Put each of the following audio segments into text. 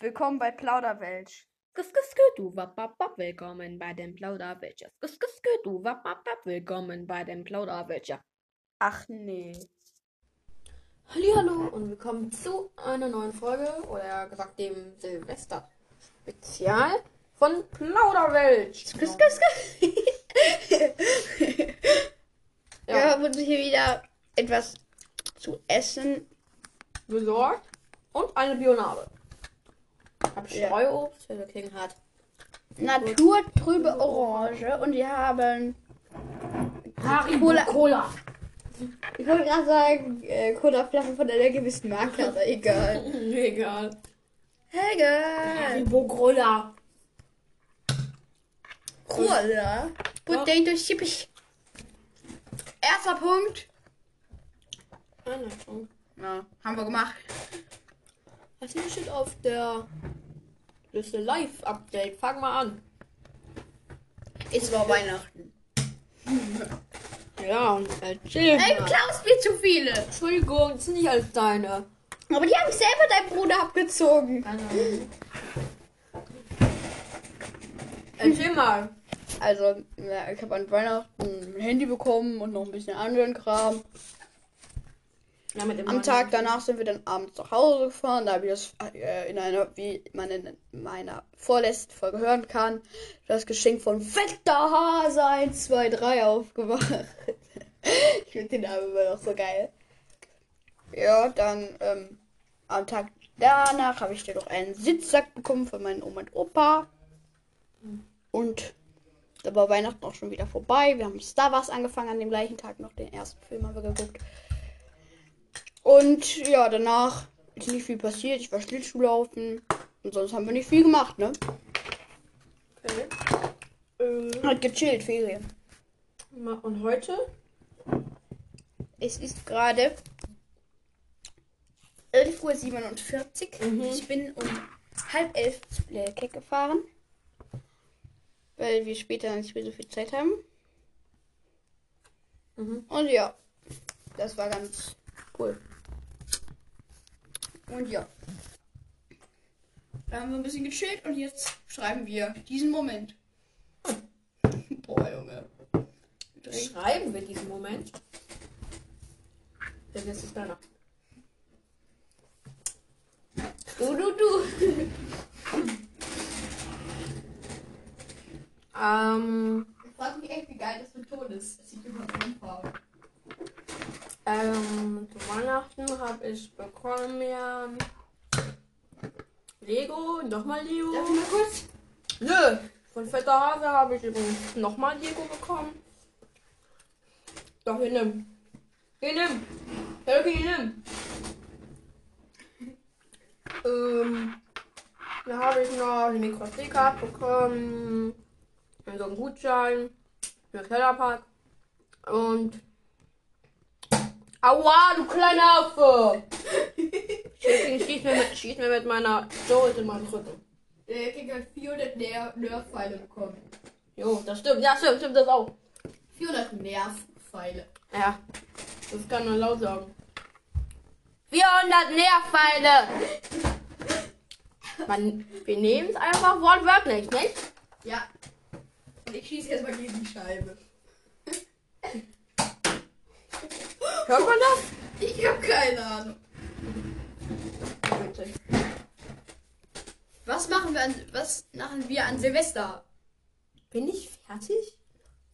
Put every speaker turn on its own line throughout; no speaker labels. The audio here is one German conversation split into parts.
Willkommen bei Plauderwelsch.
Skiskisku, du wappapap, willkommen bei den Plauderwitcher. Skiskisku, du wappapap, willkommen bei den Plauderwitcher.
Ach nee.
Hallo und willkommen zu einer neuen Folge oder eher gesagt dem Silvester Spezial von Plauderwelt. Ja.
Ja, wurde hier wieder etwas zu essen.
Besorgt und eine Bionade. Ich habe
Ja.
Streuobst, Hilde King hat.
Naturtrübe Orange und wir haben
Haribo
Cola.
Cola.
Ich wollte gerade sagen, äh, Colaflaschen von einer gewissen Marke, aber egal.
Egal.
Helge!
Haribo Cola.
Cola! Potato Chips. Erster Punkt.
Einleitung.
Ja, haben wir gemacht.
Das hier steht auf der Liste Live-Update. Fang mal an.
Ist war Weihnachten.
Ja, und erzähl
Ey,
mal.
Klaus, mir zu viele.
Entschuldigung, das sind nicht alles deine.
Aber die haben selber deinen Bruder abgezogen.
Erzähl mal.
Also, ja, ich habe an Weihnachten ein Handy bekommen und noch ein bisschen anderen Kram.
Ja, mit dem
Am
neuen-
Tag danach sind wir dann abends nach Hause gefahren. Da habe ich das äh, in einer, wie man in meiner vorletzten Folge hören kann, das Geschenk von Fetter Hase 123 aufgemacht. ich finde den Namen immer noch so geil. Ja, dann ähm, am Tag danach habe ich dann noch einen Sitzsack bekommen von meinen Oma und Opa. Und da war Weihnachten auch schon wieder vorbei. Wir haben Star Wars angefangen an dem gleichen Tag noch. Den ersten Film haben wir geguckt. Und ja, danach ist nicht viel passiert. Ich war Schlittschuhlaufen. Und sonst haben wir nicht viel gemacht, ne?
Okay. Äh,
Hat gechillt, Ferien.
ma- und heute?
Es ist gerade 11.47 Uhr. Ich bin um halb elf zu Lehrkeck gefahren. Weil wir später nicht mehr so viel Zeit haben.
Mhm.
Und ja, das war ganz cool. Und ja. Da haben wir ein bisschen gechillt und jetzt schreiben wir diesen Moment. Boah, Junge.
Schreiben wir diesen Moment. Denn es ist deiner. Du, du, du. ähm,
Frag mich echt, wie geil das mit Ton ist. Das sieht immer umfahren.
ähm, zu Weihnachten habe ich bekommen ja Lego, nochmal Lego.
Darf ich mal kurz?
Nö, von fetter Hase habe ich übrigens nochmal Diego bekommen. Doch, hier nimm. Hier nimm. Ja, okay, hier nimm. ähm, dann habe ich noch eine Mikrothek bekommen. Und so einen Gutschein. Für den Kellerpark. Und. Aua, du kleiner Affe! Schieß schieß mir mit, schieß mir mit meiner Jolt in meinen Rücken.
Der Kick hat 400 Ner- Nervpfeile bekommen.
Jo, das stimmt. Ja, stimmt, stimmt das auch.
400 Nervpfeile.
Ja, das kann man laut sagen. 400 Nervpfeile! Man, wir nehmen es einfach wortwörtlich, nicht?
Ja. Und ich schieße erstmal gegen die Scheibe.
Hört man das?
Ich hab keine Ahnung.
Witzig.
Was machen wir an, was machen wir an Silvester?
Bin ich fertig?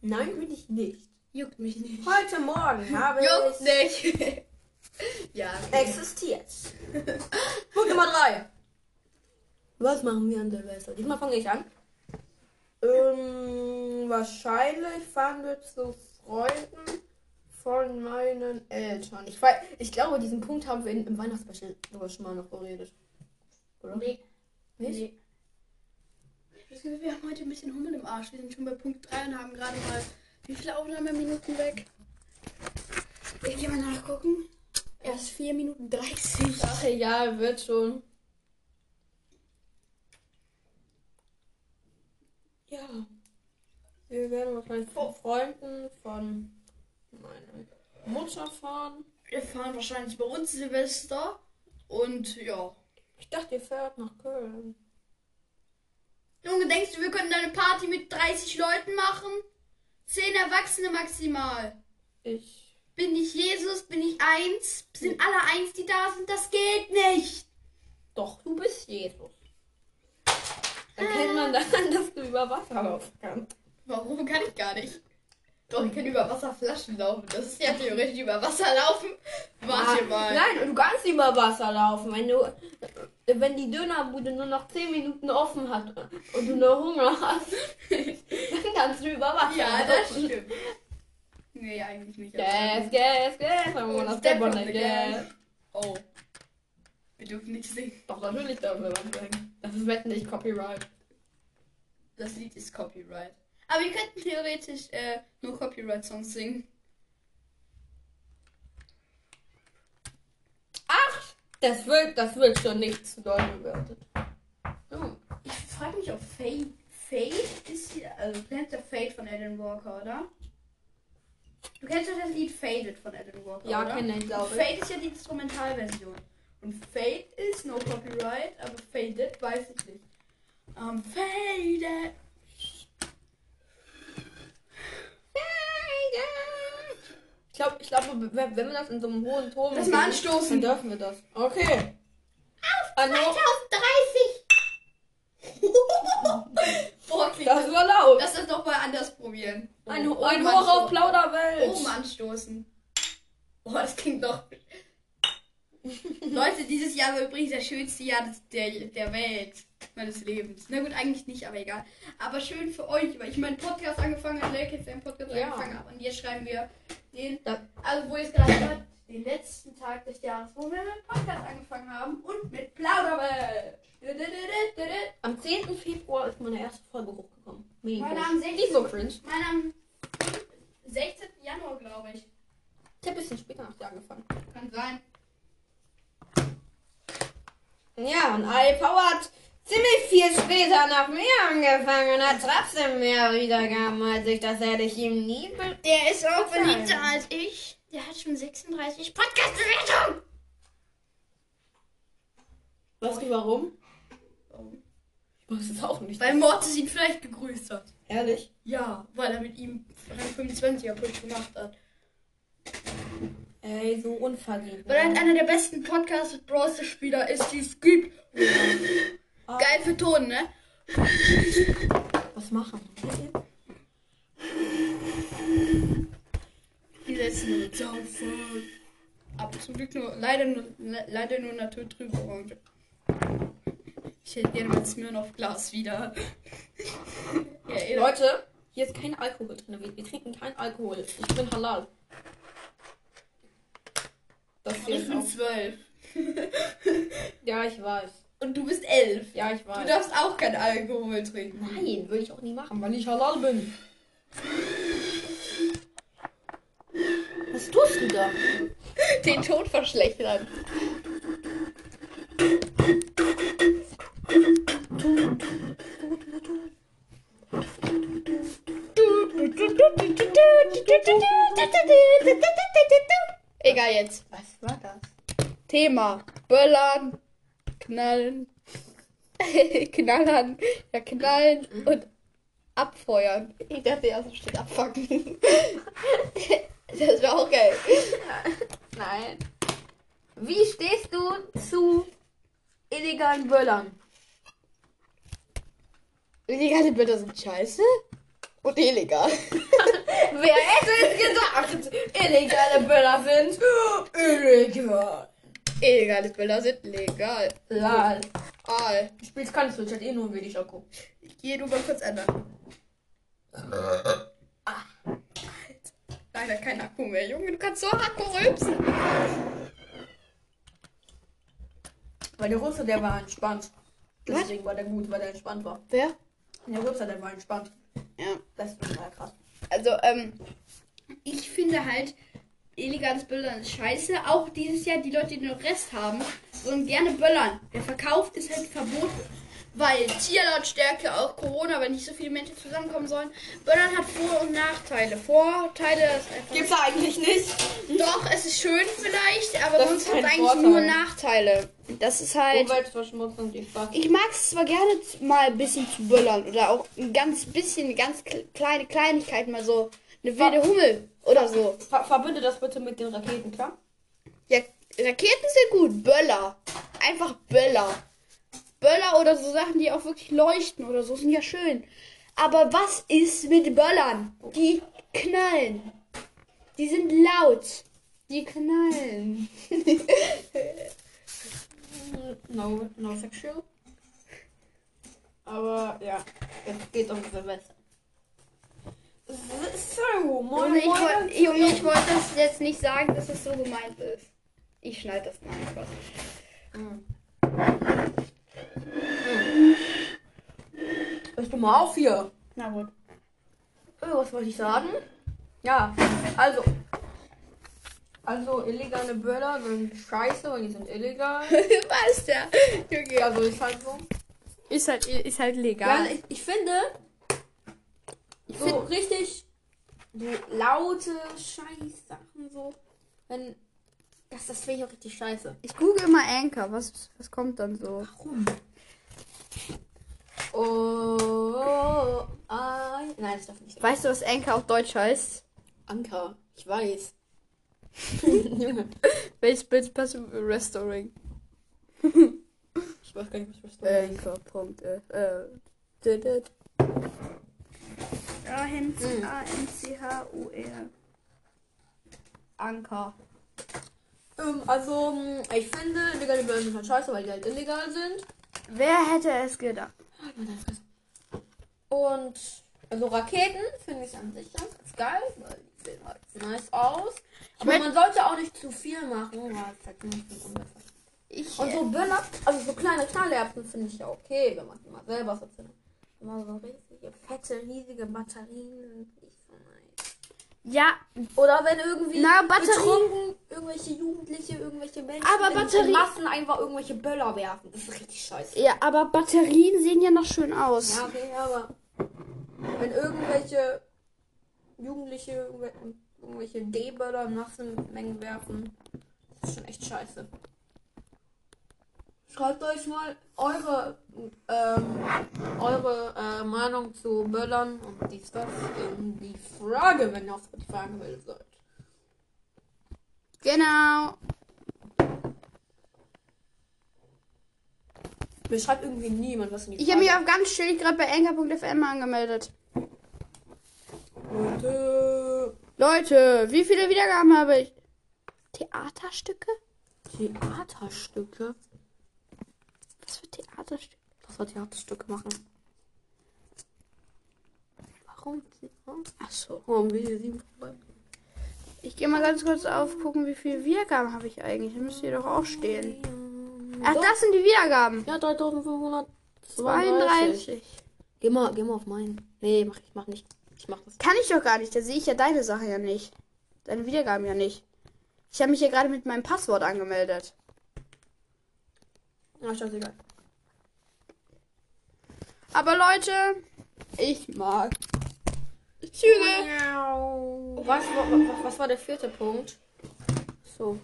Nein, bin ich nicht.
Juckt mich nicht.
Heute Morgen habe
Juckt
ich
nicht. ja.
existiert. Punkt Nummer 3. Was machen wir an Silvester? Diesmal fange ich an. Ähm, wahrscheinlich fahren wir zu Freunden von meinen Eltern. Ich, weiß, ich glaube, diesen Punkt haben wir in, im Weihnachtsspecial sogar schon mal noch geredet. Oder?
Nee.
Nicht?
Nee. Das Gefühl, Wir haben heute ein bisschen Hummel im Arsch. Wir sind schon bei Punkt 3 und haben gerade mal wie viele Aufnahmeminuten weg? Will jemand nachgucken? Erst 4 Minuten 30.
Ach, egal, wird schon. Ja. Wir werden wahrscheinlich zu Freunden von meiner Mutter fahren.
Wir fahren wahrscheinlich bei uns Silvester. Und ja.
Ich dachte, ihr fährt nach Köln.
Junge, denkst du, wir könnten eine Party mit 30 Leuten machen? 10 Erwachsene maximal.
Ich.
Bin ich Jesus? Bin ich eins? Sind alle eins, die da sind? Das geht nicht.
Doch, du bist Jesus. Erkennt man daran, dass du über Wasser laufen kannst.
Warum kann ich gar nicht? Doch, ich kann über Wasserflaschen laufen. Das ist ja theoretisch über Wasser laufen. Warte
Ah,
mal.
Nein, du kannst über Wasser laufen. Wenn du, wenn die Dönerbude nur noch 10 Minuten offen hat und du nur Hunger hast, dann kannst du über Wasser
Ja, das
laufen.
stimmt. Nee, eigentlich nicht. Also,
Yes, yes, yes, I wanna step on it, yes.
Oh. Wir dürfen nicht singen.
Doch, natürlich dürfen wir was sagen. Das ist wetten nicht Copyright.
Das Lied ist Copyright. Aber wir könnten theoretisch äh, nur Copyright-Songs singen.
Ach, das wird, das wird schon nicht zu doll bewertet. Hm,
Oh, ich frage mich, ob Fade. Fade ist hier. Also, du kennst ja Fade von Alan Walker, oder? Du kennst doch das Lied Faded von Alan Walker.
Ja,
oder?
kenne ich, glaube ich.
Fade ist ja die Instrumentalversion. Und Fade ist no copyright, aber Faded weiß ich nicht. Um, faded. Faded.
Ich glaube, ich glaub, wenn wenn wir das in so einem hohen Ton
Lass mal
singen,
anstoßen.
dann dürfen wir das. Okay. Anno,
30! Boah, klingt das.
das Oh war laut.
Lass das doch mal anders probieren. Oh,
Ein,
Ohr-
ein
Ohren-
Hoch auf Plauderwelt.
Oben anstoßen. Oh, das klingt doch. Leute, dieses Jahr war übrigens das schönste Jahr des, der, der Welt, meines Lebens. Na gut, eigentlich nicht, aber egal. Aber schön für euch, weil ich meinen Podcast angefangen habe, Lake jetzt einen Podcast
Ja.
angefangen habe und jetzt schreiben wir den,
Da-
also wo ihr es gerade hört, den letzten Tag des Jahres, wo wir mit dem Podcast angefangen haben und mit Plauderwelt.
Am 10. Februar ist meine erste Folge hochgekommen. Mega.
Meine am
Die ist
16.
so cringe.
Meine am 16. Januar, glaube ich.
Ich habe ein bisschen später nach dir angefangen.
Kann sein.
Ja, und Alpau hat ziemlich viel später nach mir angefangen und hat trotzdem mehr Wiedergaben als ich. Das hätte ich ihm nie be
Der ist auch
Nein.
beliebter als ich. Der hat schon 36 Podcast-Bewertungen.
Weißt du warum?
Oh.
Ich weiß es auch nicht.
Weil Mortis ihn vielleicht gegrüßt hat.
Ehrlich?
Ja, weil er mit ihm Rang 25er Push gemacht hat.
Ey, so unvergeben.
Weil er halt einer der besten podcast und bronze spieler ist, die es gibt.
Ah,
Geil für Ton, ne?
Was machen?
Die setzen uns auf. Aber zum Glück nur, leider nur, le- leider nur Naturtrüberorange. Ich hätte gerne mit Smirnoff Glas wieder. ja, eh,
Leute, hier ist kein Alkohol drin. Wir, wir trinken keinen Alkohol. Ich bin halal. Das
aber
hier
ich
ist
bin
auch.
zwölf.
Ja, ich weiß.
Und du bist elf.
Ja, ich
Du
weiß.
darfst auch kein Alkohol trinken.
Nein, würde ich auch nie machen, weil ich halal bin. Was tust du da?
Den Ton verschlechtern.
Egal jetzt.
Was war das?
Thema. Böllern, knallen, knallern, ja knallen und abfeuern. Ich dachte erst steht abfacken. das wäre auch geil.
Nein. Wie stehst du zu illegalen Böllern?
Illegale Bilder sind scheiße und illegal.
Wer hätte es gedacht? Illegale Böller sind illegal.
Illegale Bilder sind legal.
Lal.
Al.
Du spielst keine Switch, hat eh nur wenig Akku.
Ich gehe nur mal kurz ändern. Ah. Leider kein Akku mehr. Junge, du kannst so Akku rülpsen.
Weil der Russe, der war entspannt. Deswegen war der gut, weil der entspannt war.
Wer?
Der Russe, der war entspannt.
Ja.
Deswegen war er krass.
Also, ähm,
Ich finde halt, illegales Böllern ist scheiße. Auch dieses Jahr die Leute, die noch Rest haben, sollen gerne böllern. Der Verkauf ist halt verboten. Weil Tierlautstärke, auch Corona, weil nicht so viele Menschen zusammenkommen sollen. Böllern hat Vor- und Nachteile. Vorteile ist einfach.
Gibt's eigentlich nicht.
Doch, es ist schön vielleicht, aber
Das
sonst
ist
hat es
kein
eigentlich
Vorteil.
nur Nachteile. Das ist halt.
Umweltverschmutzung, die Spaß.
Ich mag es zwar gerne z- mal ein bisschen zu böllern oder auch ein ganz bisschen, ganz kle- kleine Kleinigkeiten, mal so eine
Ah.
wilde Hummel oder so.
Ver verbünde das bitte mit den Raketen, klar?
Ja, Raketen sind gut, Böller. Einfach Böller. Böller oder so Sachen, die auch wirklich leuchten oder so, sind ja schön. Aber was ist mit Böllern? Die knallen. Die sind laut. Die knallen.
No, no sexual. Aber ja, es geht um Silvester. So, moin,
Junge, ich,
moin.
woll- Junge, ich wollte das jetzt nicht sagen, dass es so gemeint ist. Ich schneide das mal einfach.
Hm. Hörst du Hm. mal auf hier?
Na gut.
Äh, was wollte ich sagen? Ja, also. Also, illegale Böller sind scheiße, weil die sind illegal.
was der? Junge.
Also, ist halt so.
Ist halt, ist halt
Ja,
legal.
also ich, ich finde, so richtig so laute Scheißsachen so, wenn das, das finde ich auch richtig scheiße.
Ich google mal Anchor. Was, was kommt dann so?
Oh, oh, oh, ah, nein, das darf nicht. sein.
Weißt du, was Anchor auf Deutsch heißt?
Anker, ich weiß.
Welches Bild passt im Restoring?
Ich weiß gar nicht, was das ist.
Anchor. Punkt, äh, äh, didit. Hm.
E
A-N-C-H-U-R.
Anker. Ähm, also, mh, ich finde, illegale Böller sind halt scheiße, weil die halt illegal sind.
Wer hätte es gedacht?
Und also Raketen finde ich an sich ganz, ganz geil, weil die sehen halt nice aus. Aber man sollte auch nicht zu viel machen, weil es halt nicht so ungefähr.
Ich,
Und so Böller, also so kleine Knallerbsen finde ich ja okay, wenn man die mal selber so findet. Immer so riesige, fette, riesige Batterien sind nicht so nice.
Ja,
Oder wenn irgendwie
Na, Batterien-
betrunken irgendwelche Jugendliche, irgendwelche Menschen
Aber
in- in
Batterien-
Massen einfach irgendwelche Böller werfen. Das ist richtig scheiße.
ja, aber Batterien sehen ja noch schön aus.
Ja, okay, aber wenn irgendwelche Jugendliche irgendwel- irgendwelche D-Böller in Massenmengen werfen, das ist schon echt scheiße. Schreibt euch mal eure, ähm, eure äh, Meinung zu Böllern und dies, das in die Frage, wenn ihr auf die Frage meldet seid.
genau.
Mir schreibt irgendwie niemand was in die
Ich habe mich
Frage.
auf ganz chillig gerade bei anchor.fm angemeldet.
Leute,
Leute, wie viele Wiedergaben habe ich? Theaterstücke?
Theaterstücke.
Was für Theaterstücke?
Das war Theaterstücke machen. Warum?
Ach so.
Warum will die sieben vorbei?
Ich gehe mal ganz kurz aufgucken, wie viele Wiedergaben habe ich eigentlich. Das müsste hier doch auch stehen. Ach, das sind die Wiedergaben.
Ja, 3532.
32.
Geh mal, geh mal auf meinen. Nee, mach, ich mach nicht. Ich mach das.
Kann ich doch gar nicht. Da sehe ich ja deine Sache ja nicht. Deine Wiedergaben ja nicht. Ich habe mich hier gerade mit meinem Passwort angemeldet.
Ja, scheißegal.
Aber Leute, ich mag Züge.
Was, was, was war der vierte Punkt? So.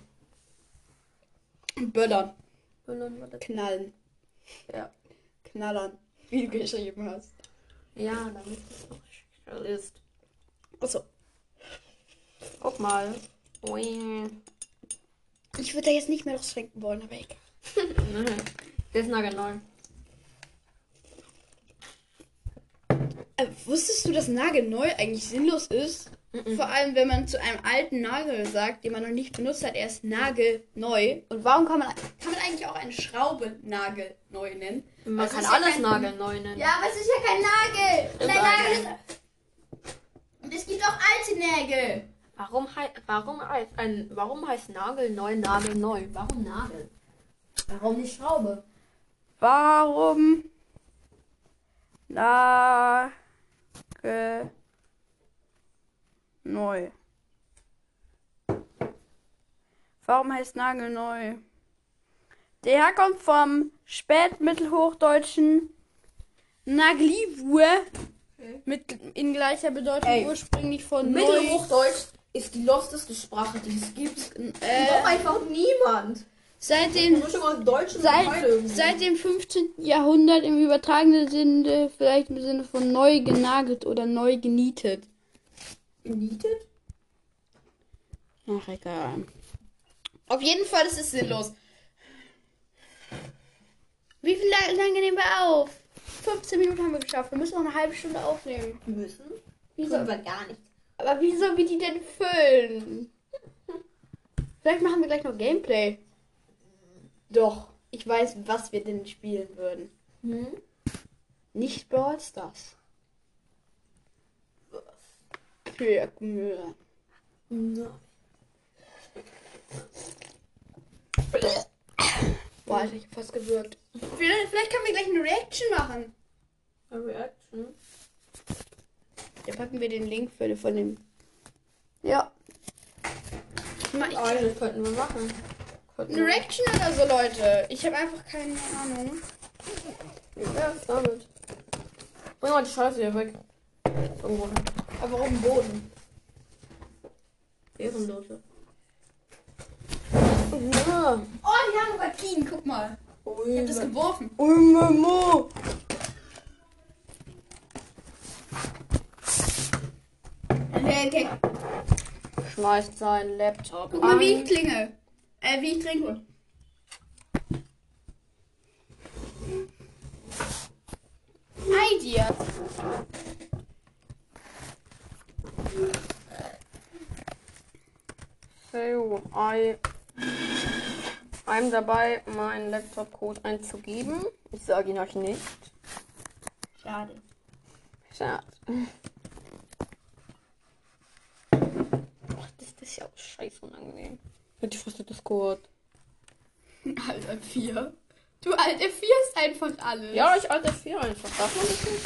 Böllern.
Böllern war der-
Knallen.
Ja.
Knallern. Wie du geschrieben hast.
Ja, damit es noch schneller ist.
Achso.
Guck mal. Ui.
Ich würde da jetzt nicht mehr rausschwenken wollen, aber egal.
Nein. Der ist nagelneu.
Äh, wusstest du, dass nagelneu eigentlich sinnlos ist? Vor allem, wenn man zu einem alten Nagel sagt, den man noch nicht benutzt hat, er ist nagelneu. Und warum kann man, kann man eigentlich auch eine Schraube nagelneu nennen?
Man
Was
kann
ist ja
alles
kein-
nagelneu nennen.
Ja, aber es ist ja kein Nagel. Dein Nagel ist. Und es gibt auch alte Nägel.
Warum, hei warum, heißt ein, warum heißt Nagel neu Nagel neu? Warum Nagel?
Warum nicht Schraube?
Warum? Lage neu. Warum heißt Nagel neu? Der herkommt vom spätmittelhochdeutschen Nagliwur mit in gleicher Bedeutung
Ey.
ursprünglich von neu.
Mittelhochdeutsch ist die losteste Sprache, die es gibt.
Äh,
Doch einfach niemand.
Seit dem,
Mischung aus deutschen und Freude
seit,
irgendwie.
seit dem 15. Jahrhundert im übertragenen Sinne, vielleicht im Sinne von neu genagelt oder neu genietet.
Genietet?
Ach, egal.
Auf jeden Fall ist es sinnlos. Wie viel la- lange nehmen wir auf? 15 Minuten haben wir geschafft. Wir müssen noch eine halbe Stunde aufnehmen.
Müssen?
Wie
Tun
soll,
wir gar nicht.
aber wie sollen wir die denn füllen? Vielleicht machen wir gleich noch Gameplay. Doch, ich weiß, was wir denn spielen würden.
Hm?
Nicht Brawl Stars. Birkenmühle.
Nein.
Boah, Alter, ich hab fast gewürgt. Vielleicht, vielleicht können wir gleich eine Reaction machen.
A Reaction?
Da packen wir den Link für von dem.
Ja.
Ma- Ich,
Oh, das könnten wir machen.
eine Reaction oder so, Leute. Ich habe einfach keine Ahnung.
Ja, was damit? Bring mal die Scheiße hier weg. Irgendwo hin.
Aber warum Boden?
Ehrenlose. Ja.
Oh, die haben sogar clean, guck mal. Ich hab das geworfen.
Ui, Memo.
Okay, Äh, okay.
Schmeißt seinen Laptop
Guck mal, wie ich klinge. Äh, wie ich trinke. Hi dir.
So, oh, I, I'm dabei, meinen Laptop-Code einzugeben. Ich sage ihn euch nicht.
Schade.
Schade. Ach, das, das ist ja auch scheiße unangenehm. Mit die Frist Discord.
Alter 4. Du Alter 4 ist einfach alles.
Ja, ich alter 4 einfach. Darf man das nicht?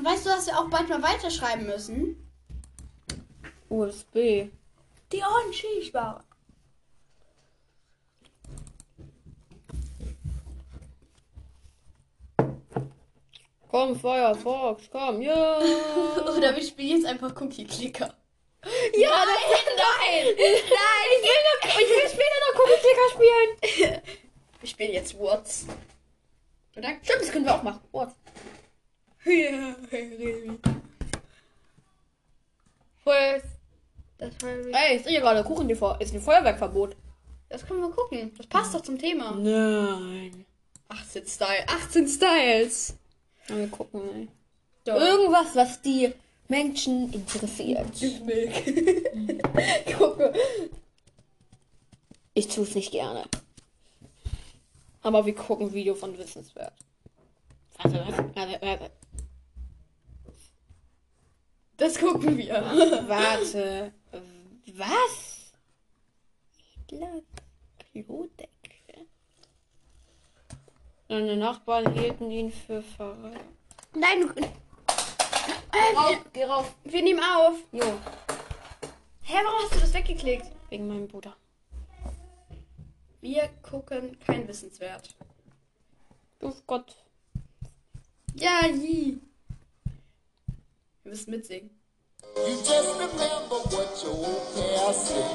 Weißt du, dass wir auch bald mal weiterschreiben müssen?
USB.
Die unschießbare.
Komm, Firefox, komm, ja.
Oder wir spielen jetzt einfach Cookie Clicker.
ja, das ist
Nein! Nein!
Ich will, noch, ich will später noch Kugelklicker spielen.
Wir spielen jetzt Words. Oder?
Stimmt, das können wir auch machen. What? Voll.
Das, können wir-
Ey, ich sehe gerade Kuchen TV. Ist ein Feuerwerkverbot.
das können wir gucken. Das passt doch zum Thema.
Nein.
18 Style. 18 Styles.
Mal gucken, ey.
Doch.
Irgendwas, was die Menschen interessiert.
Gucke.
Ich tue es nicht gerne. Aber wir gucken Video von Wissenswert. Warte, warte, warte, warte.
Das gucken wir.
Warte. Was? Hitler Klodecke. Seine Nachbarn hielten ihn für verrückt.
Nein, du. Äh, wir,
Geh rauf.
wir nehmen auf.
Jo,
Hä, warum hast du das weggeklickt?
wegen meinem Bruder.
Wir gucken kein Wissenswert.
Grüß Gott.
Ja, je. Wir müssen mitsingen.
You just remember what your old past said,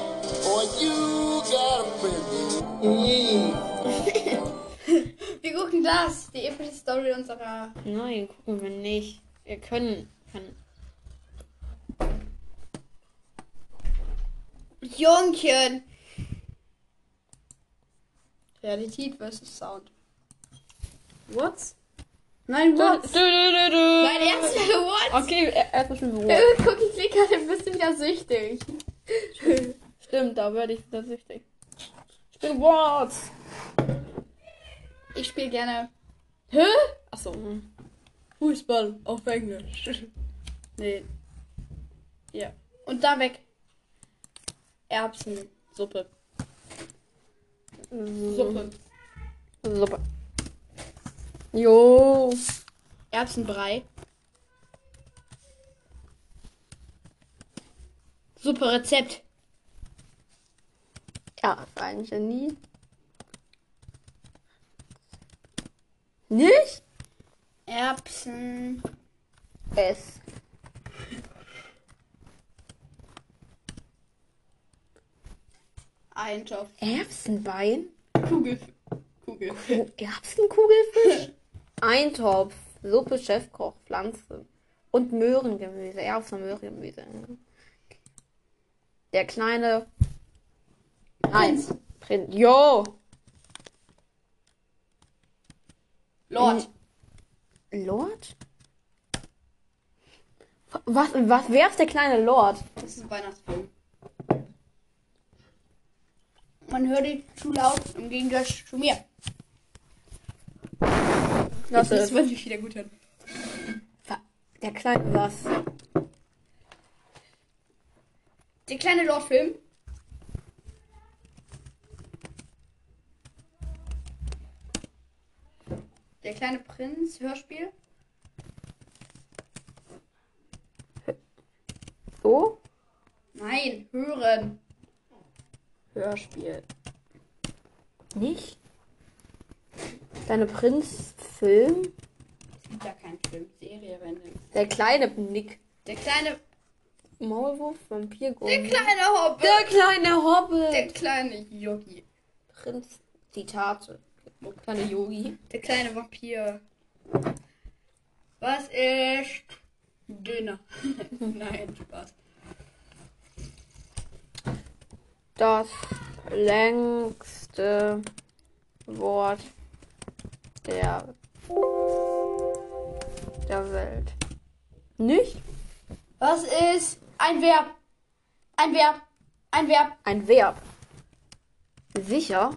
or you got a friend in me.
Wir gucken das. Die epische Story unserer.
Nein, gucken wir nicht. Wir können. können.
Jungchen. Realität versus Sound. What? Nein,
Du,
what?
du, du, du.
Mein Ernst, what?
Okay, er, er ist bestimmt im Büro.
Äh, Guck, ich klicke gerade ein bisschen wieder süchtig.
Stimmt, da werde ich wieder süchtig. Ich bin Wards.
Ich spiele gerne.
Achso. hm.
Fußball auf Englisch. nee. Ja. Und da weg. Erbsen. Suppe. Suppe.
Super. Jo.
Erbsenbrei. Super Rezept.
Ja, ist ein Genie. Nicht?
Erbsen.
Es.
Eintopf.
Erbsenbein?
Kugel. Kugel.
Oh, Erbsenkugelfisch? Eintopf, Suppe, Chefkoch, Pflanze. Und Möhrengemüse, Erbsen, und Möhrengemüse. Der kleine. Nein. Prinz. Jo!
Lord.
Lord? Was, was, wer ist der kleine Lord?
Das ist ein Weihnachtsfilm. Man hört ihn zu laut im Gegensatz zu mir.
Das
Das wird nicht wieder gut hören.
der kleine was?
Der kleine Lord-Film. Der kleine Prinz, Hörspiel.
So?
Nein, hören.
Hörspiel. Nicht? Deine Prinz-Film?
Es gibt da keinen Film. Serie, wenn denn.
Der kleine Nick.
Der kleine,
Maulwurf, Vampirgurm.
der kleine Hobbit.
Der kleine Hobbit.
Der kleine Yogi.
Prinz. Zitate. Der kleine Yogi.
Der kleine Vampir. Was ist Döner? Nein, Spaß.
Das längste Wort der, der Welt. Nicht?
Was ist ein Verb? Ein Verb. Ein Verb.
Ein Verb. Sicher.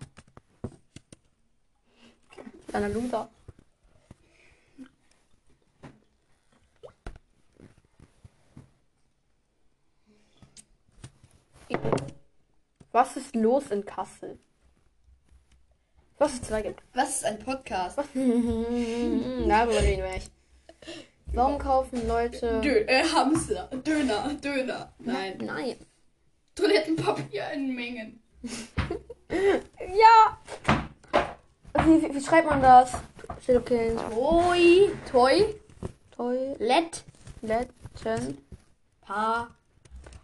Kleiner Loser. Was ist los in Kassel? Was es da gibt.
Was ist ein Podcast?
Darüber Mm, reden wir nicht. Warum kaufen Leute.
Dö äh, Hamster. Döner, Döner. Nein.
Nein.
Toilettenpapier in Mengen.
Ja! Wie, wie, wie schreibt man das? Steht okay.
Oi. Toi.
Toll.
Let.
Letten
Pa.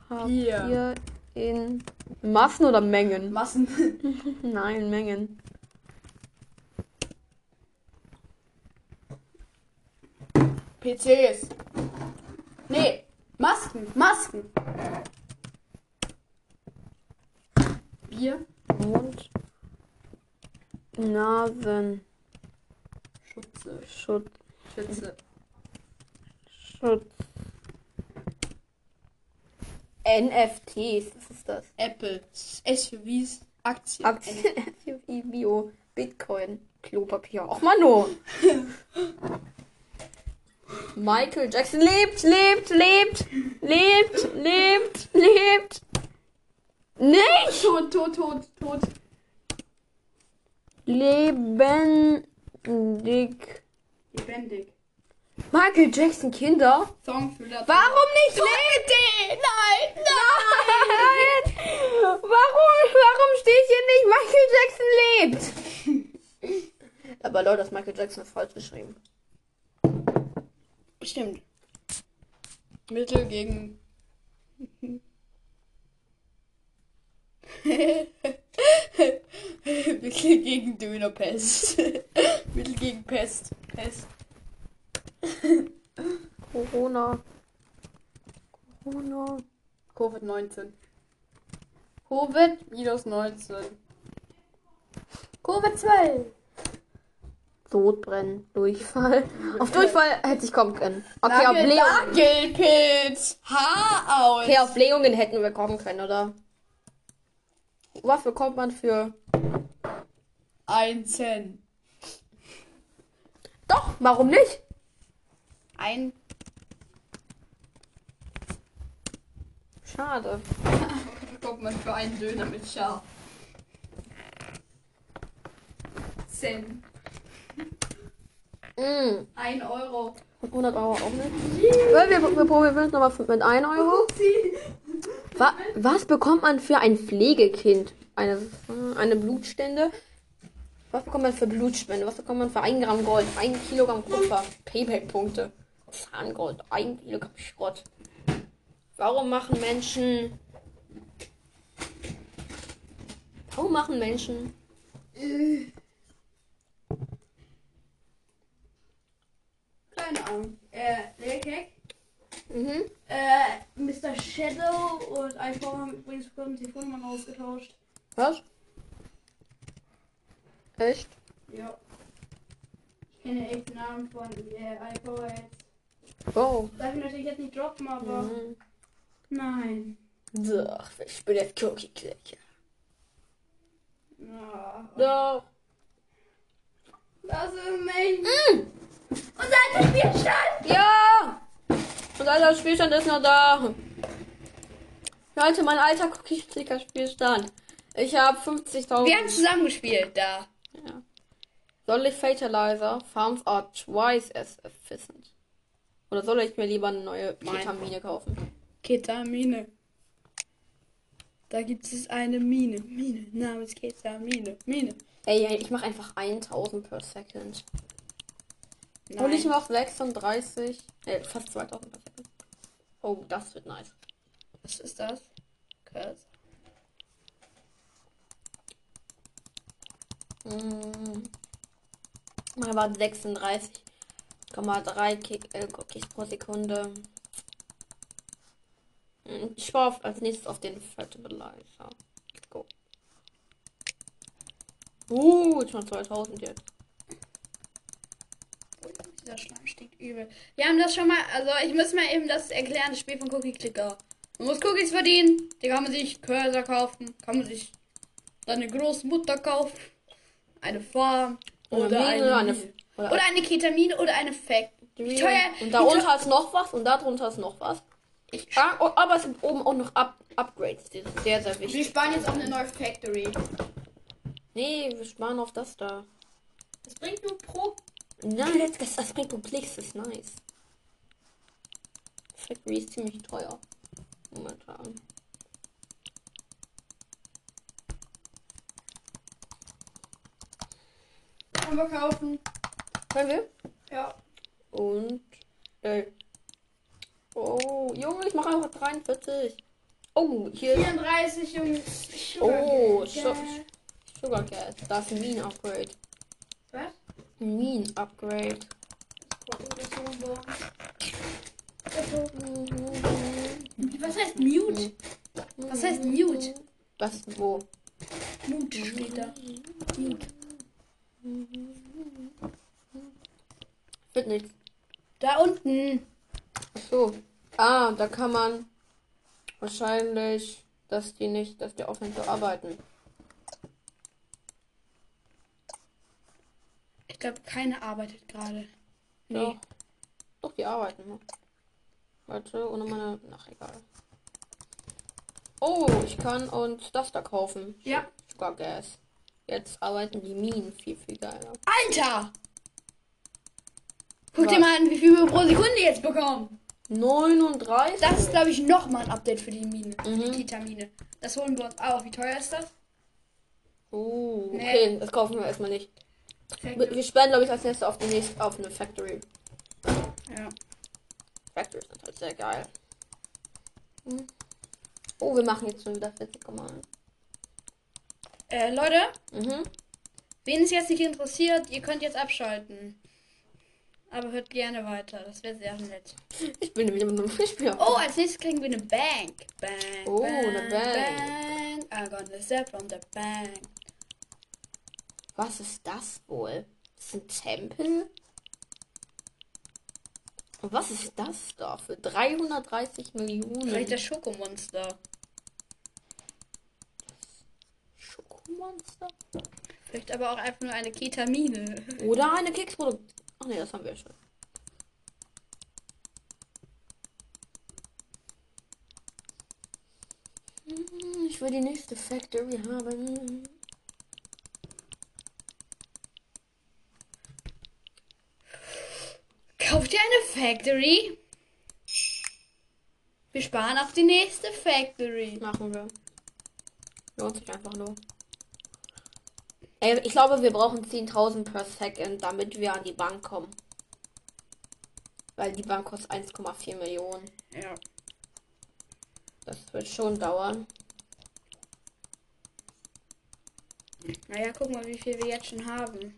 Papier in Massen oder Mengen?
Massen.
Nein, Mengen.
PCs.
Nee. Masken. Masken. Bier.
Mund. Nasen.
Schutze.
Schutz.
Schütze.
Schutz. NFTs, was ist das?
Apple. SUVs. Aktien.
Aktien, FUI, Bio, Bitcoin, Klopapier. Och, Mano! Michael Jackson lebt, lebt, lebt, lebt, lebt, lebt. Nicht!
Tot, tot, tot, tot.
Lebendig.
Lebendig.
Michael Jackson Kinder?
Song für das.
Warum nicht lebt? Nein, nein! Warum, warum steht hier nicht Michael Jackson lebt? Aber Leute, das Michael Jackson ist falsch geschrieben.
Stimmt. Mittel gegen. Mittel gegen Dönerpest. Mittel gegen Pest. Pest.
Corona. Corona.
Covid-19. Covid-19.
Covid-12. Sodbrennen, Durchfall. Auf Durchfall hätte ich kommen können. Okay, auf Blähungen.
Nagelpilz. Haar aus.
Okay, auf Blähungen hätten wir kommen können, oder? Was bekommt man für...
Ein Cent.
Doch, warum nicht?
Ein.
Schade.
Bekommt man für einen Döner mit Schaf. Cent.
Mm.
Ein Euro.
Und 100 Euro auch nicht. Weil Wir, wir probieren es nochmal mit 1 Euro. Wa was bekommt man für ein Pflegekind? Eine, eine Blutstände? Was bekommt man für Blutspende? Was bekommt man für 1 Gramm Gold? 1 Kilogramm Kupfer? Payback-Punkte? Zahngold? 1 Kilogramm Schrott? Warum machen Menschen So machen Menschen.
Keine Ahnung. Äh, Black Hack.
Mhm.
Äh, Mr. Shadow und iPhone haben übrigens vor kurzem Telefonnummern ausgetauscht.
Was? Echt?
Ja. Ich kenne echt den Namen von äh, iPhone jetzt.
Wow.
Darf ich natürlich jetzt nicht droppen, aber.
Mhm.
Nein.
Doch, ich bin der Cookie Clicker.
Ja.
Doch.
Das ist mich. Und dann ist mir Stadt!
Ja! Und alter Spielstand ist noch da. Leute, mein alter Cookie Clicker Spielstand. Ich habe 50.000.
Wir haben zusammengespielt da.
Soll ich Fatalizer? Farms are twice as efficient. Oder soll ich mir lieber eine neue Ketamine kaufen?
Ketamine. Da gibt es eine Mine. Mine namens Ketamine. Mine.
Ey, ey, ich mache einfach 1000 per Second.
Nein.
Und ich mache 36. Äh, fast 2000 per Second. Oh, das wird nice.
Was ist das? Curse.
Mm. Mal waren 36,3 Kick, äh, Cookies pro Sekunde. Mm, Ich spare auf- als nächstes auf den Fertilizer. Let's go. Uh, jetzt schon 2000 jetzt.
Oh, Dieser Schleim stinkt übel. Wir haben das schon mal. Also, ich muss mal eben das erklären: das Spiel von Cookie Clicker. Man muss Cookies verdienen. Die kann man sich Cursor kaufen. Kann man sich seine Großmutter kaufen. Eine Farm.
Oder
Oder
Mine,
eine.
eine
Mine.
F- oder
Oder eine Ketamine oder eine Fact. Wie teuer.
Und darunter ist noch was und darunter ist noch was. Ich, ah, oh, aber es sind oben auch noch Up Upgrades. Die sind sehr, sehr
Wir
wichtig.
sparen jetzt auch eine neue Factory.
Nee, wir sparen auf das da.
Das bringt nur pro.
Nein, das, das, das bringt komplex, das ist nice. Factory ist ziemlich teuer. Momentan.
Kann man kaufen.
Können wir?
Ja.
Und. Äh. Oh, Junge, ich mache einfach 43. Oh, hier ist
34 Jungs. Sugar
Oh, so,
Sugar.
Sugar Gas. Das ist ein Mean Upgrade.
Was?
Ein Mean Upgrade.
Was heißt Mute? Was heißt Mute?
Was? Wo?
Mute steht da. Mute.
Wird nichts.
Da unten.
Ach So. Ah, da kann man wahrscheinlich, dass die nicht, dass die aufhören zu arbeiten.
Ich glaube, keine arbeitet gerade.
Nee. Doch. Doch, die arbeiten. ne? Warte, ohne meine. Ach, egal. Oh, ich kann uns das da kaufen.
Ja.
Sugar Gas. Jetzt arbeiten die Minen viel, viel geiler.
Alter! Guck
Was?
dir mal an, wie viel wir pro Sekunde jetzt bekommen.
39?
Das ist, glaube ich, nochmal ein Update für die Mine.
Mhm.
Die Titamine. Das holen wir uns auch. Wie teuer ist das?
Oh,
Nee.
okay, das kaufen wir erstmal nicht. Wir, wir sparen, glaube ich, als nächstes auf die nächste, auf eine Factory.
Ja.
Factories sind halt sehr geil. Hm. Oh, wir machen jetzt schon wieder 40 Mal.
Äh, Leute,
Mhm.
wen es jetzt nicht interessiert, ihr könnt jetzt abschalten. Aber hört gerne weiter. Das wäre sehr nett.
Ich bin wieder mit einem Fischbier.
Oh, als nächstes kriegen wir eine Bank. Bank.
Oh,
bank,
eine Bank.
Bank. Ah I got a zap from the bank.
Was ist das wohl? Das ist ein Tempel? Und was ist das da für 330
Vielleicht
Millionen
das Schokomonster.
Schokomonster?
Vielleicht aber auch einfach nur eine Ketamine.
Oder eine Keksprodukt. Ach nee, das haben wir schon. Hm, Ich will die nächste Factory haben.
Kauft ihr eine Factory? Wir sparen auf die nächste Factory.
Machen wir. Lohnt sich einfach nur. Ey, ich glaube, wir brauchen 10.000 per Second, damit wir an die Bank kommen. Weil die Bank kostet 1,4 Millionen.
Ja.
Das wird schon dauern.
Naja, guck mal, wie viel wir jetzt schon haben.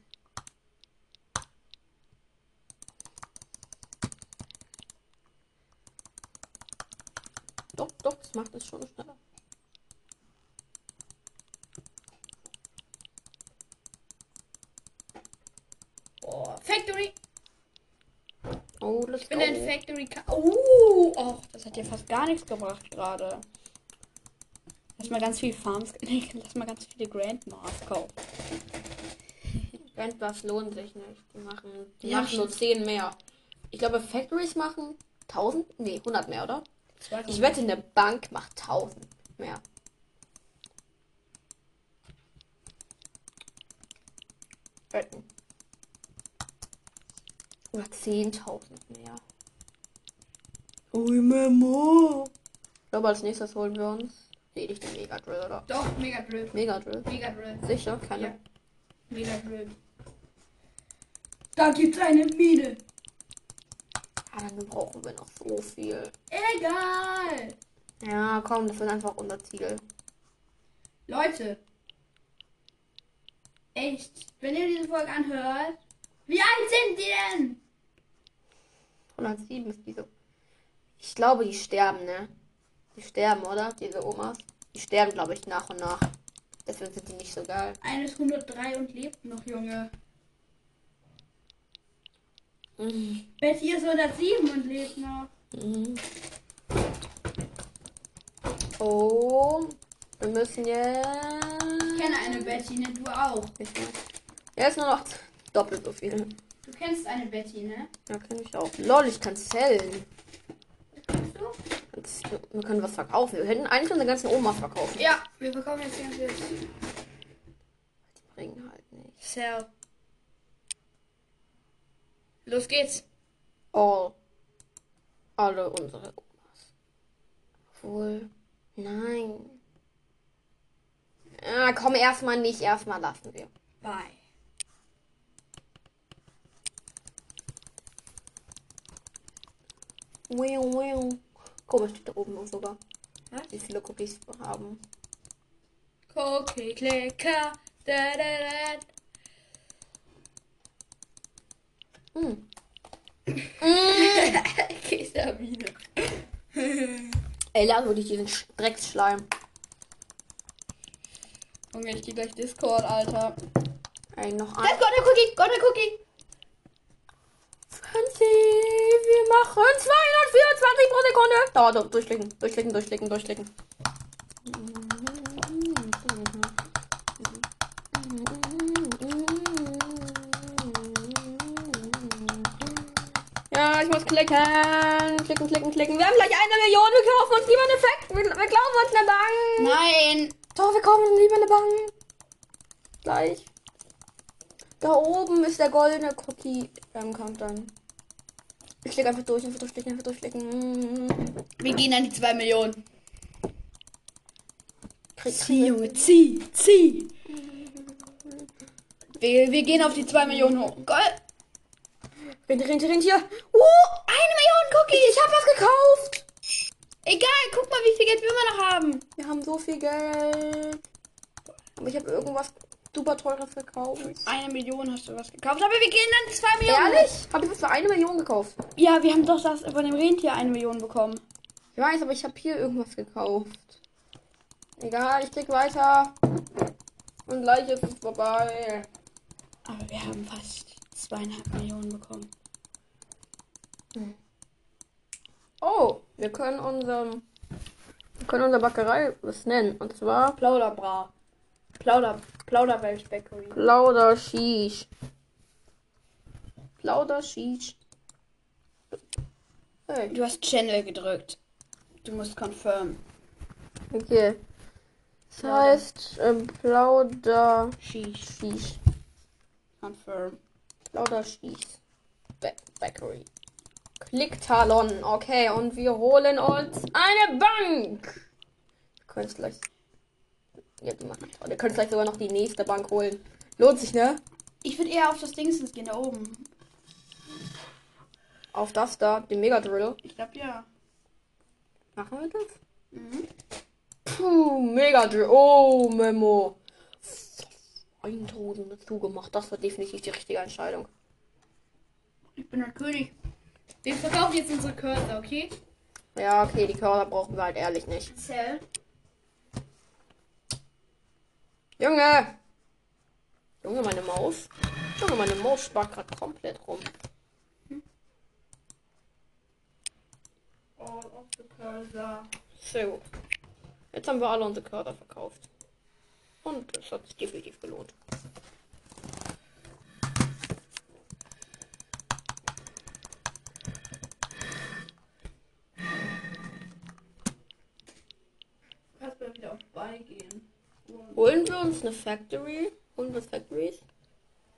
Doch, doch, das macht es schon schneller.
Boah, Factory!
Oh, let's
Ich bin ein
go.
Factory Ka Oh, och, das hat ja fast gar nichts gebracht gerade. Lass mal ganz viel Farms. Nee, lass mal ganz viele Grandmas kaufen.
Bandbuffs lohnen sich nicht. Die machen, die
Ja,
machen nur 10 mehr. Ich glaube, Factories machen 1000? Nee, 100 mehr, oder? Ich wette, eine Bank macht 1000 mehr. Wetten. Oder 10.000 mehr. Remember. Ich glaube, als nächstes holen wir uns. Nee, nicht den Megadrill, oder?
Doch, mega blöd.
Megadrill.
Mega blöd.
Sicher, keine.
Ja. Mega blöd. Da gibt's eine Mine.
Aber Ah, dann brauchen wir noch so viel.
Egal.
Ja, komm, das wird einfach unser Ziel.
Leute. Echt. Wenn ihr diese Folge anhört. Wie alt sind die denn?
107 ist diese. Ich glaube, die sterben, ne? Die sterben, oder? Diese Omas. Die sterben, glaube ich, nach und nach. Deswegen sind die nicht so geil.
Eines 103 und lebt noch, Junge. Betty ist 107 und lebt noch.
Oh, wir müssen
Ich
jetzt.
kenne eine Betty, ne? Du auch.
Nicht mehr. Ja, ist nur noch doppelt so viel.
Du kennst eine Betty, ne?
Ja, kann ich auch. Lol, ich kann zählen.
Kennst du?
Kannst- Wir können was verkaufen. Wir hätten eigentlich unsere ganzen Omas verkaufen.
Ja, wir bekommen jetzt ganz viel.
Die bringen halt nicht.
Sell. Los geht's.
all. Oh. Alle unsere Omas. Obwohl. Nein. Ah, komm, erstmal nicht. Erstmal lassen wir.
Bye.
Wiu, wiu. Komisch, steht da oben noch sogar. Wie viele Cookies wir haben.
Cookie Clicker. Da, da, da. Mm.
Hm.
Kesamine.
Ey, lass wirklich diesen Sch- Drecksschleim.
Junge, ich geh gleich Discord, Alter.
Ey, noch ein.
Gott, der Cookie, Gott, der Cookie.
Franzi, wir machen 224 pro Sekunde. Dauert, durchklicken, durchklicken, durchklicken, durchklicken. Ja, ich muss klicken. Klicken, klicken, klicken. Wir haben gleich eine Million. Wir kaufen uns lieber eine Fact. Wir, wir kaufen uns eine Bank.
Nein.
Doch, wir kaufen uns lieber eine Bank. Gleich. Da oben ist der goldene Cookie beim Countdown. Ich klicke einfach durch, einfach durchklicken, einfach durchklicken.
Wir gehen an die 2 Millionen.
Krieg,
Zieh, Junge, zieh, zieh. Wir, wir gehen auf die 2 Millionen hoch. Gold.
Rentier, Rentier, Rentier. Uh, eine Million Cookies. Ich hab was gekauft.
Egal, guck mal, wie viel Geld wir immer noch haben.
Wir haben so viel Geld. Aber ich habe irgendwas super teures gekauft.
Eine Million hast du was gekauft, aber wir gehen an die 2 Millionen.
Ehrlich? Habe ich was für eine Million gekauft?
Ja, wir haben doch das von dem Rentier eine Million bekommen.
Ich weiß, aber ich habe hier irgendwas gekauft. Egal, ich klicke weiter. Und gleich ist es vorbei.
Aber wir haben fast zweieinhalb Millionen bekommen.
Oh, wir können unseren. Wir können unsere Bäckerei was nennen. Und zwar
Plauderbra. Plauder, Plauderwelsch Bakery.
Plauderschiech. Plauderschiech. Hey,
Du hast Channel gedrückt. Du musst confirm.
okay. Das heißt ähm, Plauderschiech.
Confirm.
Plauderschiech. Ba Bakery. Klick Talon. Okay, und wir holen uns eine Bank. Wir können es gleich. Ja, die machen. Oh, wir können vielleicht sogar noch die nächste Bank holen. Lohnt sich, ne?
Ich würde eher auf das Dingsens gehen, da oben.
Auf das da, den Megadrill.
Ich glaube ja.
Machen wir das? Puh, Megadrill. Oh, Memo. Eindhosen zugemacht. Das war definitiv die richtige Entscheidung.
Ich bin der König. Wir verkaufen jetzt unsere Cursor, okay?
Ja, okay, die Körner brauchen wir halt ehrlich nicht.
Zell.
Junge! Junge, meine Maus. Junge, meine Maus spart gerade komplett rum.
All of the Cursor.
Sehr gut. Jetzt haben wir alle unsere Körner verkauft. Und es hat sich definitiv gelohnt.
Kannst mal wieder auf beigehen.
Holen wir uns eine Factory? Holen wir Factories?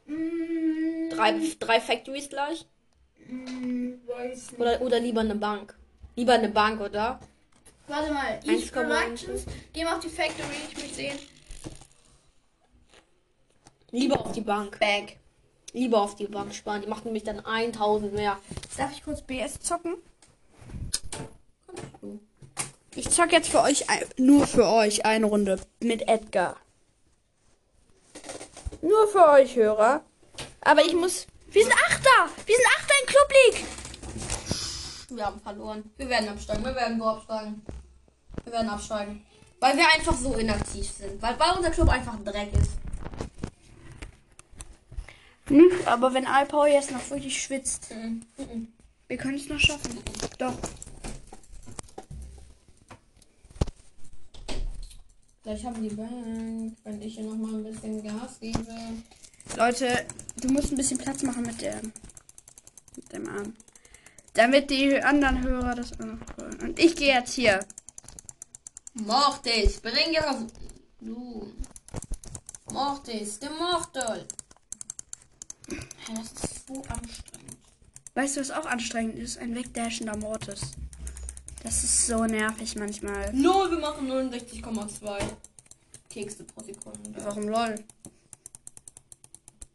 Mm,
Drei, drei Factories gleich?
mm, weiß nicht.
Oder, oder lieber eine Bank? Lieber eine Bank, oder?
Warte mal, East
1,9.
ne?
Productions. Geh mal auf die Factory, ich möchte sehen.
Lieber auf die Bank.
Bank.
Lieber auf die Bank sparen. Die macht nämlich dann 1000 mehr.
Darf ich kurz BS zocken? Ich zock jetzt für euch, ein- nur für euch, eine Runde mit Edgar. Nur für euch, Hörer. Aber ich muss. Wir sind Achter! Wir sind Achter in Club League!
Wir haben verloren. Wir werden absteigen. Wir werden so absteigen. Wir werden absteigen. Weil wir einfach so inaktiv sind. Weil, weil unser Club einfach ein Dreck ist.
Mhm.
Nicht, aber wenn Alpau jetzt noch wirklich schwitzt.
Mhm. Wir können es noch schaffen. Doch.
Vielleicht haben die Bank, wenn ich ihr nochmal ein bisschen Gas gebe.
Leute, du musst ein bisschen Platz machen mit der. Mit dem Arm. Damit die anderen Hörer das auch noch hören. Und ich gehe jetzt hier.
Mortis, bring dir was. Du. Mortis, der Mortel. Hey, das ist so anstrengend.
Weißt du, was auch anstrengend ist? Ein wegdashender Mortis. Das ist so nervig manchmal.
No, wir machen 69,2 Kekse pro Sekunde.
Warum lol?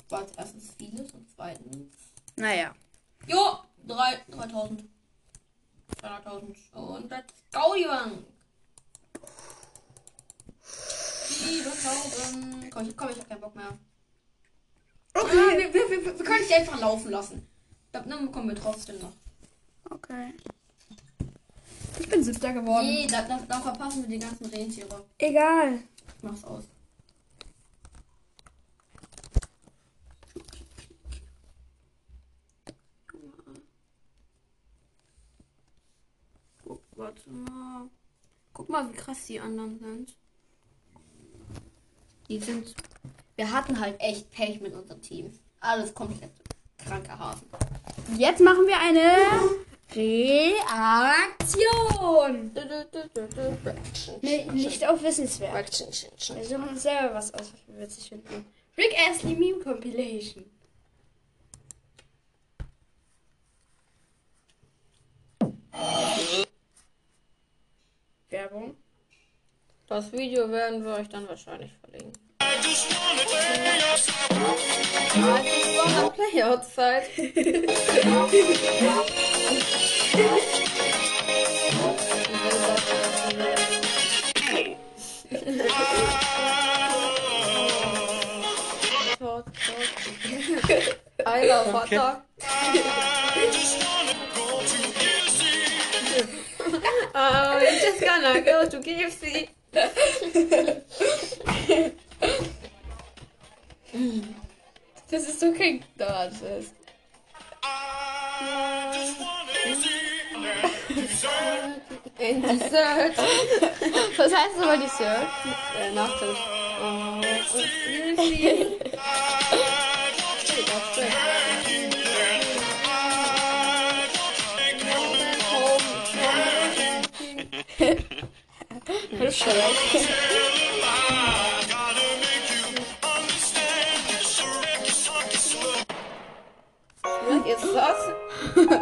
War jetzt erstens vieles und zweitens.
Naja.
Jo, 3, 3000. 200.000. Und let's go, die Bank. 7.000. Komm, ich, komm, ich hab keinen Bock mehr. Okay. Ah, wir, wir, wir, wir können dich einfach laufen lassen. Dann dann kommen wir trotzdem noch.
Okay. Ich bin siebter geworden.
Nee, dann, dann, dann verpassen wir die ganzen Rentiere.
Egal.
Ich mach's aus.
Guck, warte mal. Guck mal, wie krass die anderen sind.
Die sind. Wir hatten halt echt Pech mit unserem Team. Alles komplett kranker Hasen.
Jetzt machen wir eine Reaktion. Nee, nicht auf Wissenswert. Wir suchen uns selber was aus, was wir witzig finden. Rick Astley Meme Compilation. Werbung.
Das Video werden wir euch dann wahrscheinlich verlinken. Playoutzeit. I love Hot Dog. Oh, we're just gonna go to KFC.
Das ist doch kein Deutsches.
In Dessert.
Was heißt aber die Sir?
Äh, Nachtisch. Oh, Und ist das?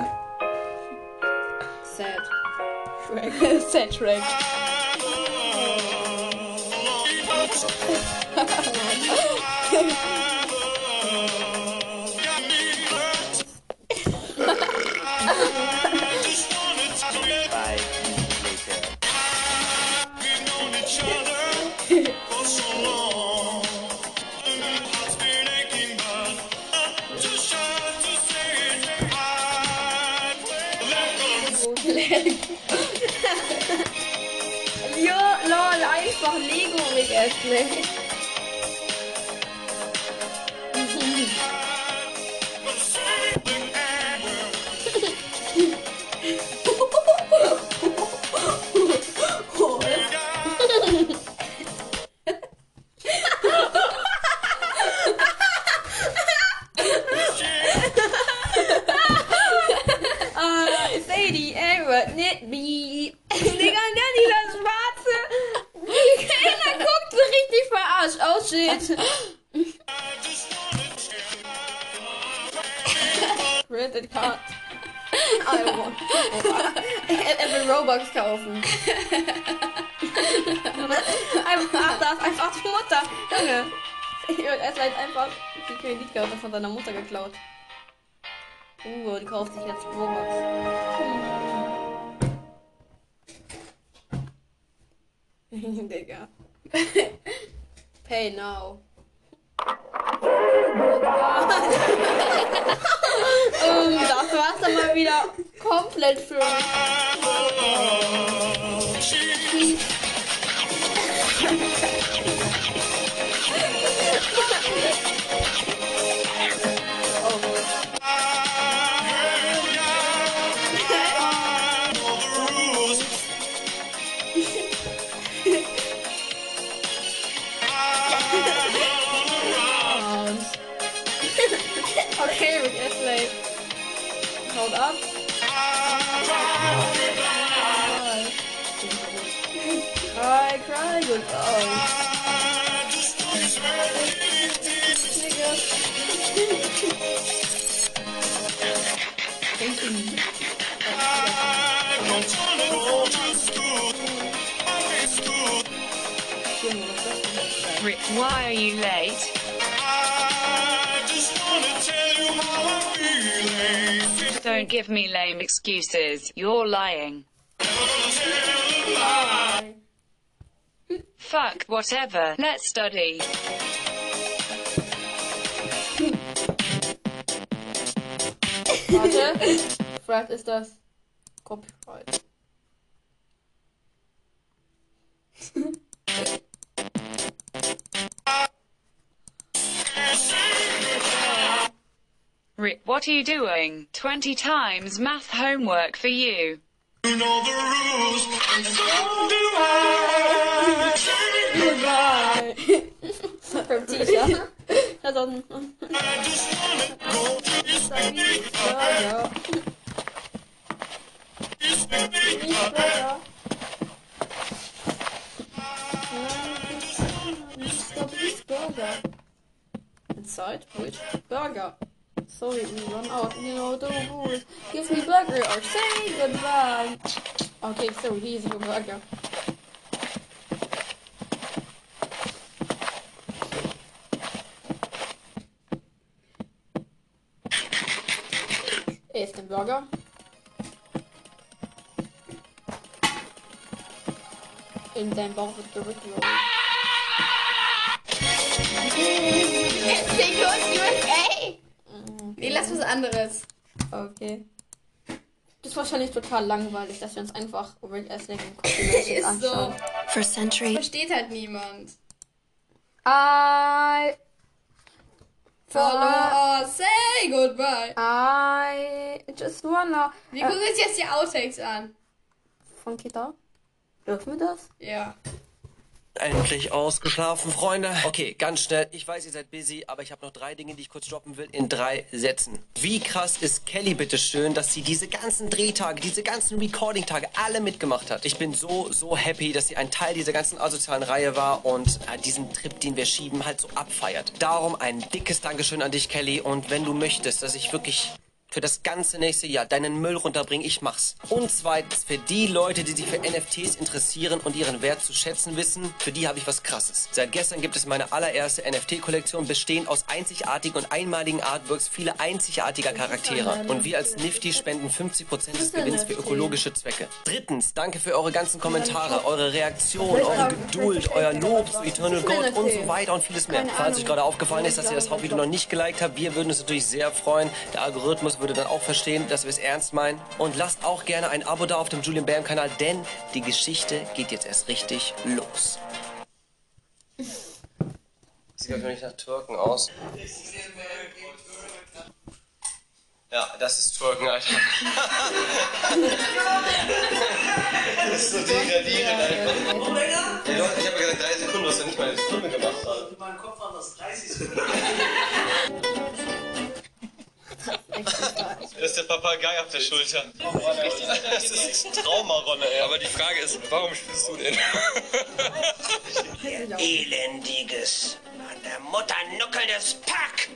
Sad.
Sad Shrek.
Ja, lol, einfach Lego Rick Astley. Uh, Sadie, Edward, Nitby. Digga, und dann dieser schwarze. Keiner guckt so richtig verarscht. Oh shit. Rented Card. Euro. Apple Robux kaufen. einfach ach, das, einfach die Mutter. Junge. Er hat einfach die Kreditkarte von seiner Mutter geklaut. Uh, die kauft sich jetzt Robux. Hm. Digga. Pay now. ähm, das war's dann mal wieder komplett für mich. Okay, Rick Astley. Haut ab. Cry, cry, good oh.
Rick, why are you late? Don't give me lame excuses. You're lying. Fuck, whatever. Let's study.
Warte. Vielleicht ist das Copyright.
Rick, what are you doing? 20 times math homework for you.
Goodbye. From Tisha. Das auch ein... Ja, Inside which burger? Sorry, we run out. You know the rules. Give me burger or say goodbye. Okay, so here's your burger. Er ist ein Burger. In seinem Bauch wird gerückt.
Nee, lass was anderes.
Okay. Das ist wahrscheinlich total langweilig, dass wir uns einfach Rick Astley und
Ist
Copy
so.
anschauen.
For centuries,
Versteht halt niemand.
I, Ah. Oh,
Follow or say goodbye.
I just wanna...
Wir gucken uns jetzt die Outtakes an.
Von Kita? Dürfen wir das?
Ja.
Endlich ausgeschlafen, Freunde. Okay, ganz schnell. Ich weiß, ihr seid busy, aber ich habe noch drei Dinge, die ich kurz droppen will, in drei Sätzen. Wie krass ist Kelly bitte schön, dass sie diese ganzen Drehtage, diese ganzen Recording-Tage alle mitgemacht hat. Ich bin so, so happy, dass sie ein Teil dieser ganzen asozialen Reihe war und äh, diesen Trip, den wir schieben, halt so abfeiert. Darum ein dickes Dankeschön an dich, Kelly. Und wenn du möchtest, dass ich wirklich für das ganze nächste Jahr deinen Müll runterbringen, ich mach's. Und zweitens, für die Leute, die sich für NFTs interessieren und ihren Wert zu schätzen wissen, für die habe ich was krasses. Seit gestern gibt es meine allererste NFT-Kollektion, bestehend aus einzigartigen und einmaligen Artworks vieler einzigartiger Charaktere. Und wir als Nifty spenden 50% des Gewinns für ökologische Zwecke. Drittens, danke für eure ganzen Kommentare, eure Reaktion, eure Geduld, euer Lob zu Eternal Gold und so weiter und vieles mehr. Falls euch gerade aufgefallen ist, dass ihr das Hauptvideo noch nicht geliked habt, wir würden uns natürlich sehr freuen. Der Algorithmus würde dann auch verstehen, dass wir es ernst meinen. Und lasst auch gerne ein Abo da auf dem Julian Bam Kanal, denn die Geschichte geht jetzt erst richtig los. Sieht auf mich nach Türken aus. Ja, das ist Türken, Alter.
Das ist so degradierend einfach. Hey, du, ich habe gesagt, drei Sekunden, was er nicht mal eine Stunde gemacht hat.
meinem Kopf waren das 30 Sekunden.
Das ist der Papagei auf der Schulter. Das ist ein Traumarolle, ey. Aber die Frage ist, warum spielst du denn?
Elendiges, an der Mutter nuckelndes Pack!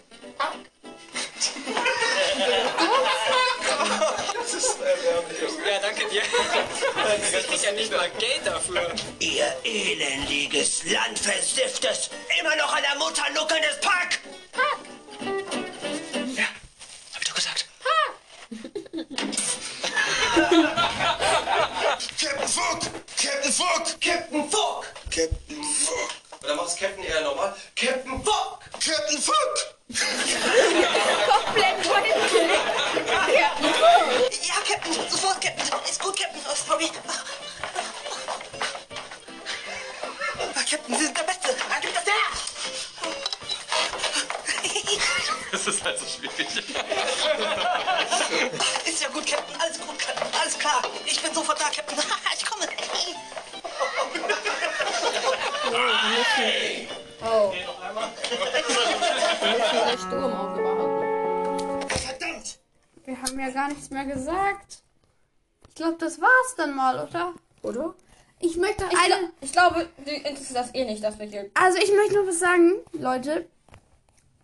Das ist erbärmlich. Ja, danke dir. Ich krieg ja nicht mal Geld dafür.
Ihr elendiges, landversifftes, immer noch an der Mutter nuckelndes Pack! Ja, hab ich doch gesagt.
Captain Fuck! Captain Fuck! Captain Fuck! Captain Fuck! Oder machst Captain eher normal? Captain Fuck! Captain Fuck!
Ja, Captain, sofort, Captain. Ist gut, Captain. Oh, sorry. Ah, Captain, Sie sind der Beste. Ah, Gib das her!
Das ist halt so schwierig.
Ist ja gut, Captain. Alles gut, Captain. Alles klar. Ich bin sofort da, Captain. Ich komme.
Oh. Sturm aufgebaut.
Verdammt!
Wir haben ja gar nichts mehr gesagt. Ich glaube, das war's dann mal, oder?
Oder?
Ich möchte
Ich,
eine.
gla- ich glaube, die interessiert das eh nicht, dass wir hier.
Also ich möchte nur was sagen, Leute.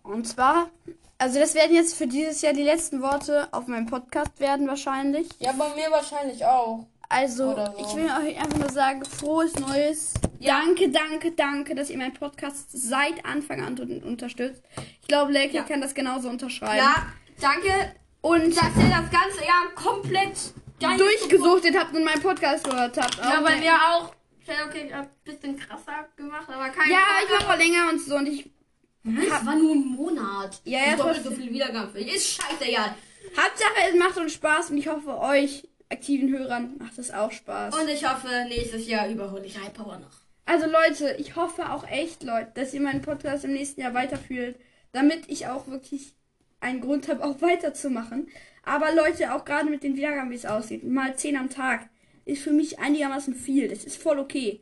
Und zwar, also das werden jetzt für dieses Jahr die letzten Worte auf meinem Podcast werden wahrscheinlich.
Ja, bei mir wahrscheinlich auch.
Also
Oder so.
ich will euch einfach nur sagen, frohes Neues. Danke, danke, danke, dass ihr meinen Podcast seit Anfang an un- unterstützt. Ich glaube, Lake kann das genauso unterschreiben.
Ja, danke,
Und
dass ihr das ganze Jahr komplett geil-
durchgesuchtet habt und meinen Podcast gehört habt.
Ja,
Auch
bei
der-
mir auch. Okay, ich hab ein bisschen krasser gemacht, aber kein
Ja, aber ich mache auch länger und so und ich
Das war nur ein Monat.
Ja, ja,
Und doppelt so
trotzdem.
viel Wiedergaben. Ist scheißegal.
Hauptsache, es macht uns Spaß und ich hoffe, euch aktiven Hörern macht es auch Spaß.
Und ich hoffe, nächstes Jahr überhole ich Hyperpower noch.
also Leute, ich hoffe auch echt, Leute, dass ihr meinen Podcast im nächsten Jahr weiterführt, damit ich auch wirklich einen Grund habe, auch weiterzumachen. Aber Leute, auch gerade mit den Wiedergaben, wie es aussieht, mal 10 am Tag, ist für mich einigermaßen viel. Das ist voll okay.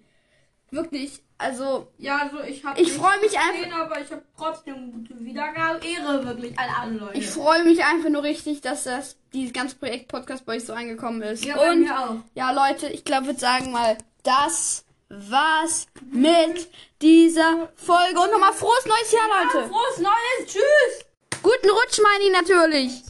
Wirklich. Also,
Ja, also ich hab.
ich freue mich einfach.
gesehen, aber ich habe trotzdem gute Wiedergabe. Ehre wirklich an alle Leute.
Ich freue mich einfach nur richtig, dass das dieses ganze Projekt Podcast bei euch so angekommen ist.
Ja, bei
und
mir auch.
ja, Leute, ich glaube, würde sagen mal, das war's mit dieser Folge und nochmal frohes neues Jahr, Leute.
Frohes Neues. Tschüss.
Guten Rutsch, meine ich natürlich.